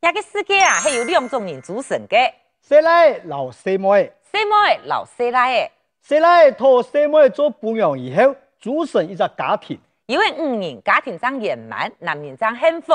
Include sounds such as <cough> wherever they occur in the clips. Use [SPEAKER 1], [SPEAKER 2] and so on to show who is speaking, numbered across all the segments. [SPEAKER 1] 也个世界啊，还有两种人组成的，
[SPEAKER 2] 谁来老谁妹，
[SPEAKER 1] 什么的老师来的，
[SPEAKER 2] 谁来同谁妹做朋友以后，组成一个家庭。
[SPEAKER 1] 因为五人家庭长圆满，男人长幸福。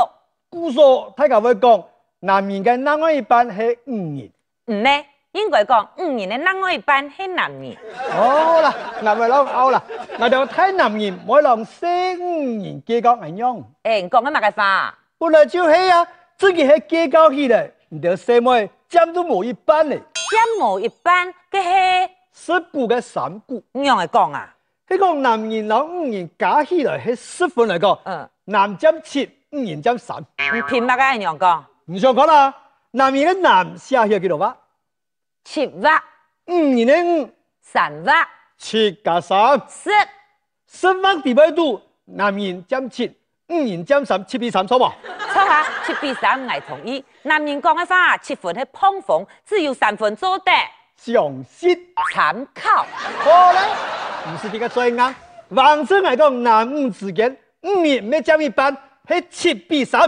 [SPEAKER 2] 故说大家会讲，男人嘅另外一半系五人。
[SPEAKER 1] 唔呢，应该讲五人的另外一半是男人。
[SPEAKER 2] 好啦，我咪攞拗啦，我哋睇男人每浪四五人结交一样。
[SPEAKER 1] 诶，你讲嘅嘛嘅话，
[SPEAKER 2] 本来就系啊，自己系结交起来，你的社妹占都冇一半嘞。
[SPEAKER 1] 一模一般，嘅系
[SPEAKER 2] 十步嘅三步，
[SPEAKER 1] 你样嘅讲啊，
[SPEAKER 2] 迄个男人老五人加起来系十分嚟讲，
[SPEAKER 1] 嗯，
[SPEAKER 2] 男占七，五人占三。
[SPEAKER 1] 你凭乜嘅样讲？
[SPEAKER 2] 唔想讲啦，男人嘅男写起几多话？
[SPEAKER 1] 七挖、
[SPEAKER 2] 五人嘅五，
[SPEAKER 1] 三挖、
[SPEAKER 2] 七加三。
[SPEAKER 1] 四，
[SPEAKER 2] 十万地位度，男人占七，女人占三，七比三错嘛？
[SPEAKER 1] 错下七比三，我同意。男人讲嘅话，七分系碰逢，只有三分做得
[SPEAKER 2] 详细
[SPEAKER 1] 参考。
[SPEAKER 2] 好嘞，唔是这个最啱。王生来讲男女之间，嗯五人要占一半，系七比三。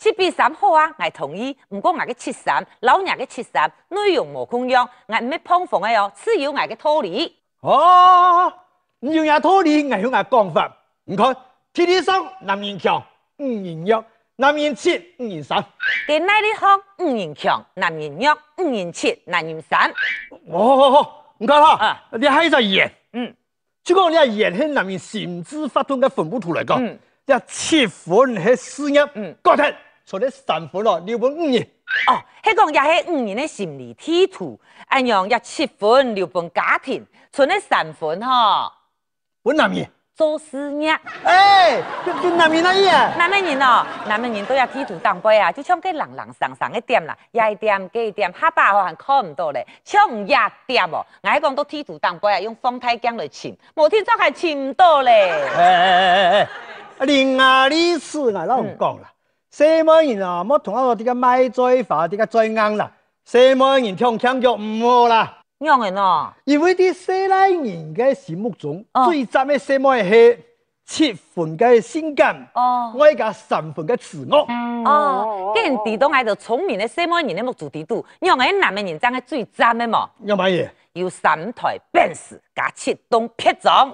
[SPEAKER 1] 七比三好啊，我同意。唔过我嘅七三，老娘嘅七三，内容无共样，我唔要碰哦逢嘅哟，只有我嘅道理。
[SPEAKER 2] 哦，你用牙道理，我用牙讲法。你看，天地上男人强，女人弱，男人七，女人三。
[SPEAKER 1] 今仔日好，五人强，男人弱，五人七，男人三。
[SPEAKER 2] 哦，好好，你看哈
[SPEAKER 1] 啊，
[SPEAKER 2] 你还在演，
[SPEAKER 1] 嗯，
[SPEAKER 2] 就讲你啊演系男人心智发展嘅分布图来讲。
[SPEAKER 1] 嗯，
[SPEAKER 2] 一七分係事業，
[SPEAKER 1] 嗯
[SPEAKER 2] 嗯，嗰日從你三分咯，你本五年，
[SPEAKER 1] 哦，迄讲也系五人嘅心理地图，安样一七分六分家庭，剩咧三分吼、
[SPEAKER 2] 本男人，
[SPEAKER 1] 做事业。
[SPEAKER 2] 哎，佢佢男人啊嘢，
[SPEAKER 1] 南门人哦，南门人都要剃头当杯啊，就像个人人上上一点啦，一点几点，哈巴哦好还看唔到咧，像唔一点哦，我讲都剃头当杯啊，用放太镜来穿，无天早还穿唔到咧。
[SPEAKER 2] 哎哎哎哎，連啊呢事啊，老唔講啦，西門人啊，冇同我哋嘅買最化啲嘅最硬啦，西門人聽強就唔好啦，
[SPEAKER 1] 樣嘅喏，
[SPEAKER 2] 因為啲西拉人嘅心目中
[SPEAKER 1] 哦
[SPEAKER 2] 最雜嘅西門係七分嘅性感，
[SPEAKER 1] 哦
[SPEAKER 2] 外加三分嘅自我，
[SPEAKER 1] 哦，既然地到喺度聪明嘅西門人嘅目做地度，樣嘅南门人真係最赞嘅嘛，
[SPEAKER 2] 有乜嘢？
[SPEAKER 1] 有三台本事加七栋撇装。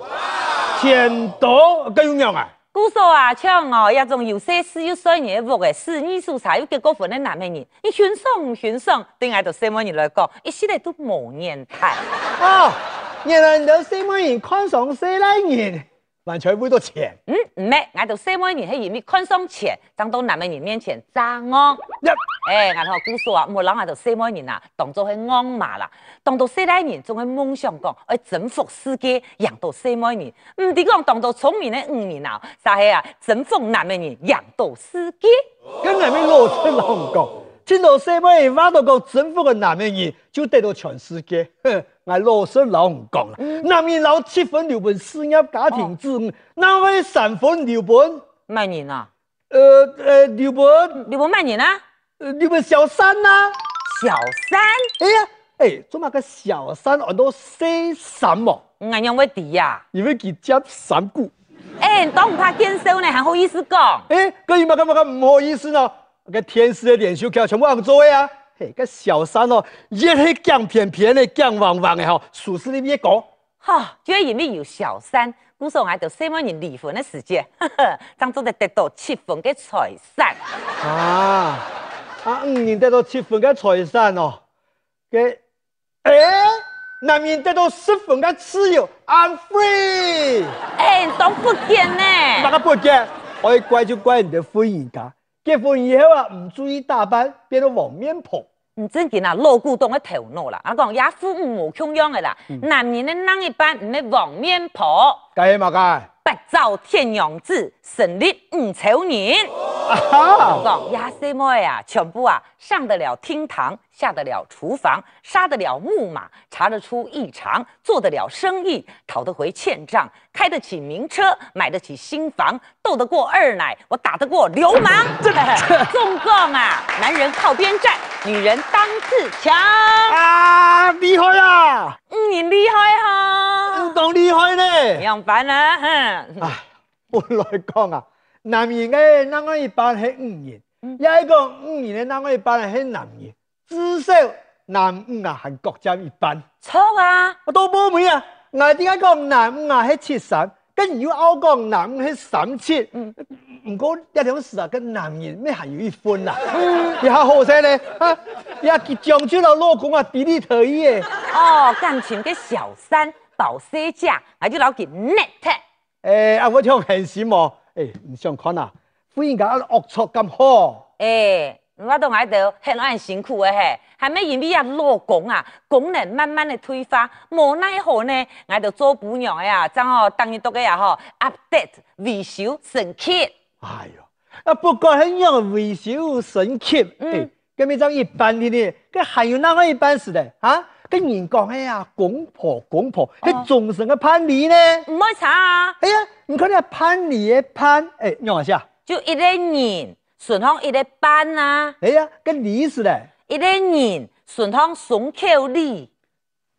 [SPEAKER 2] 前多咁樣啊？
[SPEAKER 1] 古说啊，像哦，一种有些事有衰人的屋的，是艺术才有结过婚的男人，你欣赏唔欣赏？对我哋什么人来讲，一系列都无年代。
[SPEAKER 2] 啊，原来你西门人看上西兰人，完全不多钱。
[SPEAKER 1] 嗯，唔咩，我哋什么人系因为看上钱，站到男人面前渣昂。
[SPEAKER 2] 呀
[SPEAKER 1] 诶、然后古说啊，莫人我哋什么人啊，当做系昂嘛啦，当做西兰人仲系梦想讲，要征服世界，养到什么人？唔止嗯讲当做聪明的五年啊，啥系啊，征服男人，养到世界。
[SPEAKER 2] 跟人们老真老唔讲，听到西门人挖到个征服的男人人，就得到全世界。哼，我老实老唔讲啦，
[SPEAKER 1] 嗯
[SPEAKER 2] 男人老七分留本事业家庭之恩，那位三分留本，
[SPEAKER 1] 咩人啊？
[SPEAKER 2] 呃呃留本
[SPEAKER 1] 你冇咩人啊？
[SPEAKER 2] 呃留本小三呐、
[SPEAKER 1] 小三，
[SPEAKER 2] 哎呀，哎，做嘛个小三很多西三哦，
[SPEAKER 1] 我用要滴呀、
[SPEAKER 2] 因为佢接三股。
[SPEAKER 1] 哎、你都唔怕见手呢，还好意思讲？
[SPEAKER 2] 哎，哥你们干嘛干不好意思呢？个天使的脸书条全部按做呀。嘿，个小三哦，也是犟偏偏的，犟汪汪的吼，哦属实你也讲。
[SPEAKER 1] 哈、就因为有小三，古时候我就什么人离婚的时间，呵呵， <laughs> 当做得得到七分嘅财产。
[SPEAKER 2] 啊，啊，五年得到七分的财产哦，个，哎，男人得到十分的自由，I'm free。
[SPEAKER 1] 哎、你都不见
[SPEAKER 2] 那
[SPEAKER 1] 呢？
[SPEAKER 2] 个不见，我怪就怪你的婚姻家，结婚以后啊，唔注意打扮，变得黄面婆。
[SPEAKER 1] 唔真见啊，老古董嘅头脑啦，我讲也父母无穷养嘅啦，男人的那一半唔系黄面婆，
[SPEAKER 2] 该嘛该？
[SPEAKER 1] 白造天阳子，神力五丑人。
[SPEAKER 2] 啊哈。
[SPEAKER 1] 讲亚西莫呀，全部啊上得了厅堂，下得了厨房，杀得了木马，查得出异常，做得了生意，讨得回欠账，开得起名车，买得起新房，斗得过二奶，我打得过流氓。总共啊，男人靠边站，女人当自强。
[SPEAKER 2] 啊，厉害啊！
[SPEAKER 1] 嗯，你厉害哈、
[SPEAKER 2] 唔同厉害呢。
[SPEAKER 1] 样办啊，嗯，
[SPEAKER 2] 唉，本来讲啊，男人嘅那个一般系五人，也一個五年咧，那我一班係男嘅，至少男五啊係國家一班。
[SPEAKER 1] 错啊，
[SPEAKER 2] 我都冇妹啊！我點解講男五啊係七三？跟住要我講男五係三七。
[SPEAKER 1] 嗯
[SPEAKER 2] 唔過一兩時啊，跟男人咩係有一分啊？你下好些咧，啊！你下結將出老老公啊，比你得意嘅。
[SPEAKER 1] 哦，感情嘅小三保西价，我就老给 net。
[SPEAKER 2] 誒，啊，我聽現實冇，誒，唔想看啊！忽然間惡作咁好，
[SPEAKER 1] 诶、我都喺度很很辛苦的嘿，还没因为啊老公啊功能慢慢的退化，无奈何呢，我就做姑娘的啊呀，正好哦当然多个呀啊吼，update 维修升级。
[SPEAKER 2] 哎呦！啊，不過很樣維修神級，誒
[SPEAKER 1] 嗯，
[SPEAKER 2] 咁咪當一般啲咧，佢還有哪個一般事咧？啊，跟人講哎呀，公婆公婆，
[SPEAKER 1] 哦
[SPEAKER 2] 佢仲成個叛逆咧。
[SPEAKER 1] 唔好查啊，
[SPEAKER 2] 哎呀，你看那潘你的潘，哎，让一下，
[SPEAKER 1] 就一个人顺风一个班啊，
[SPEAKER 2] 哎呀，跟你似的，
[SPEAKER 1] 一个人顺风松口里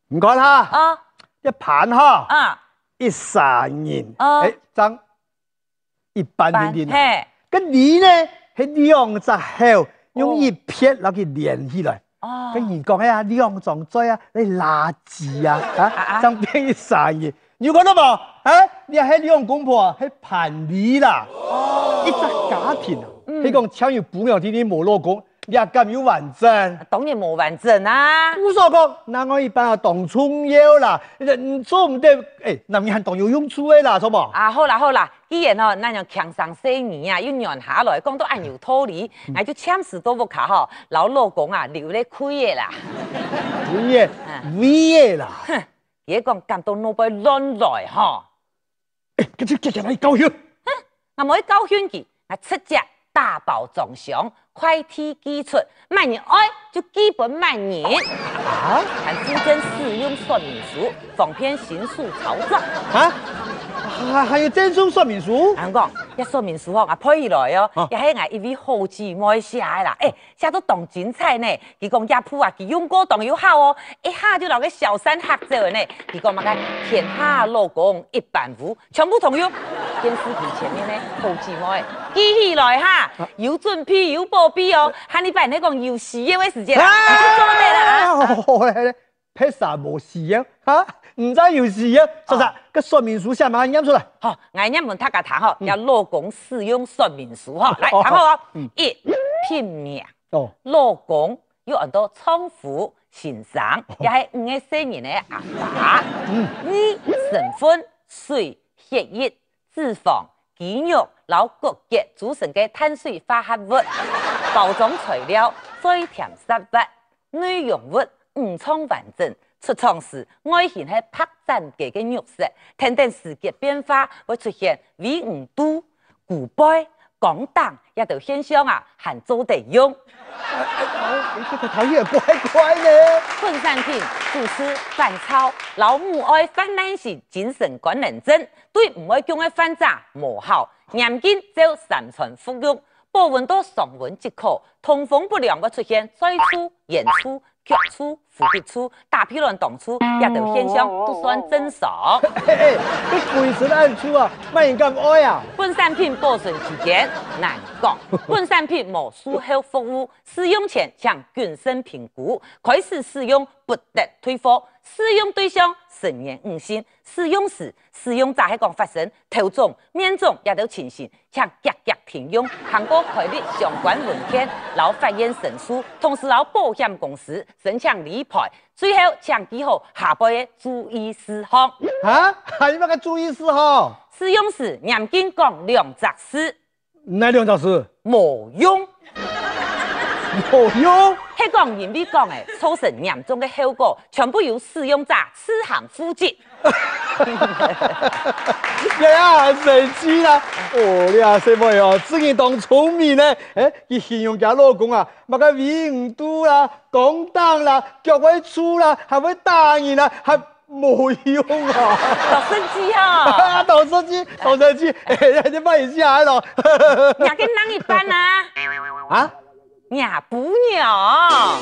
[SPEAKER 2] 你看哈，
[SPEAKER 1] 啊
[SPEAKER 2] 一盘哈，
[SPEAKER 1] 啊
[SPEAKER 2] 一三人，
[SPEAKER 1] 啊
[SPEAKER 2] 哎，张一般
[SPEAKER 1] 班
[SPEAKER 2] 点点，
[SPEAKER 1] 嘿
[SPEAKER 2] 跟你呢，系两只后用一撇那个连起来，
[SPEAKER 1] 哦
[SPEAKER 2] 跟人讲哎呀，两张嘴啊，你垃
[SPEAKER 1] <laughs>
[SPEAKER 2] 圾啊，
[SPEAKER 1] 啊
[SPEAKER 2] 啊，
[SPEAKER 1] 啊
[SPEAKER 2] 张边一三人，你看到冇？啊，你系两公婆啊，系盘你啦。
[SPEAKER 1] 哦，
[SPEAKER 2] 一隻家庭啊，
[SPEAKER 1] 嗯
[SPEAKER 2] 你講搶完姑娘天天冇老公，你也咁有完整。
[SPEAKER 1] 当然冇完整啊，
[SPEAKER 2] 我所講，那我一般啊當重要啦，人做唔得，哎誒，男人當有用處的啦，錯冇？
[SPEAKER 1] 啊，好啦好啦，既然哦，咱用强上四年啊，要让下来，讲到按有道理，俺就签字都不卡吼，老老公啊流咧开的啦，
[SPEAKER 2] 你嘅，
[SPEAKER 1] 啊
[SPEAKER 2] 你嘅啦，
[SPEAKER 1] 也讲感到脑袋乱来吼，
[SPEAKER 2] 誒，佢只腳腳嚟搞笑，
[SPEAKER 1] 我冇去教训佢，俺七只大爆撞上，快递寄出，慢人爱就基本慢人，
[SPEAKER 2] 啊
[SPEAKER 1] 俺今天使用说明书，防骗刑诉曹状，
[SPEAKER 2] 啊，還還有赠送說明書，
[SPEAKER 1] 俺讲一说明书吼，俺批下来
[SPEAKER 2] 啊
[SPEAKER 1] 哦，也系俺一位好姊妹写的啦，诶，写到当精彩呢，伊讲野铺啊，伊用过当有效哦，一下就让个小三吓走了呢，伊讲嘛个天下老公一般无，全部同用。哦电视机前面呢，好姊妹记起来哈，
[SPEAKER 2] 啊
[SPEAKER 1] 有准备有保庇哦，喊你办那讲有事业的时间啦，
[SPEAKER 2] 哎
[SPEAKER 1] 你去做对了啊。
[SPEAKER 2] 啊，好咧咧，劈啥冇事啊，嚇，唔知有事啊，實實，個說明書寫埋啱出嚟。
[SPEAKER 1] 好，俺家问他个谈吼，要老公使用说明书吼，来
[SPEAKER 2] 嗯哦
[SPEAKER 1] 谈好哦
[SPEAKER 2] 嗯，
[SPEAKER 1] 一拼命。
[SPEAKER 2] 哦，
[SPEAKER 1] 老公有很多丈夫、先生，也系五十四年的阿爸。
[SPEAKER 2] 嗯
[SPEAKER 1] 二成分水、血液、脂肪、肌肉、老骨骼组成嘅碳水化合物，包装材料再添食物，内容物五创完整。出厂时，外形系拍展嘅嘅肉色，等等时节变化会出现微黄度、古斑、广淡一道现象啊，还做得用。
[SPEAKER 2] 你這個頭也乖乖咧。
[SPEAKER 1] 困散品、主食、饭操、老母爱犯难是精神官能症，对唔爱强的犯渣无效，严禁就三存服用，保温到常温即可。通风不良会出现嘴处、眼处、脚处、腹壁处、大皮乱动处，一条现象都算正常。
[SPEAKER 2] 嘿嘿，你鬼神暗处啊，卖人咁爱啊！
[SPEAKER 1] 本产品保存期间难讲，本产品无术后服务，使用前请谨慎评估，开始使用不得退货，使用对象成年女性，使用时使用在迄讲发生头肿、面肿也都情形，请积极停用，韩国开立相关文件，劳法院申诉，同时劳保险公司申请理赔，最后请记好下背的注意事项。
[SPEAKER 2] 啊，啊你们个注意事吼，
[SPEAKER 1] 使用时严禁讲两杂事。
[SPEAKER 2] 那两条事
[SPEAKER 1] 无用，
[SPEAKER 2] 有用。
[SPEAKER 1] 迄讲人你讲诶，造成严重嘅后果，全部由使用者自行负责。
[SPEAKER 2] 你啊，神奇啦！哦，你啊，什么哦，自己当聪明呢？哎，伊形容家老公啊，乜个威唔都啦，讲当啦，脚会粗啦，还会打人啦，还冇用啊！
[SPEAKER 1] 老司机哦，
[SPEAKER 2] <laughs> 啊，董书记，董书记，哎，你把你下来了。
[SPEAKER 1] 也跟人一般啊，
[SPEAKER 2] 啊，
[SPEAKER 1] 也不鸟。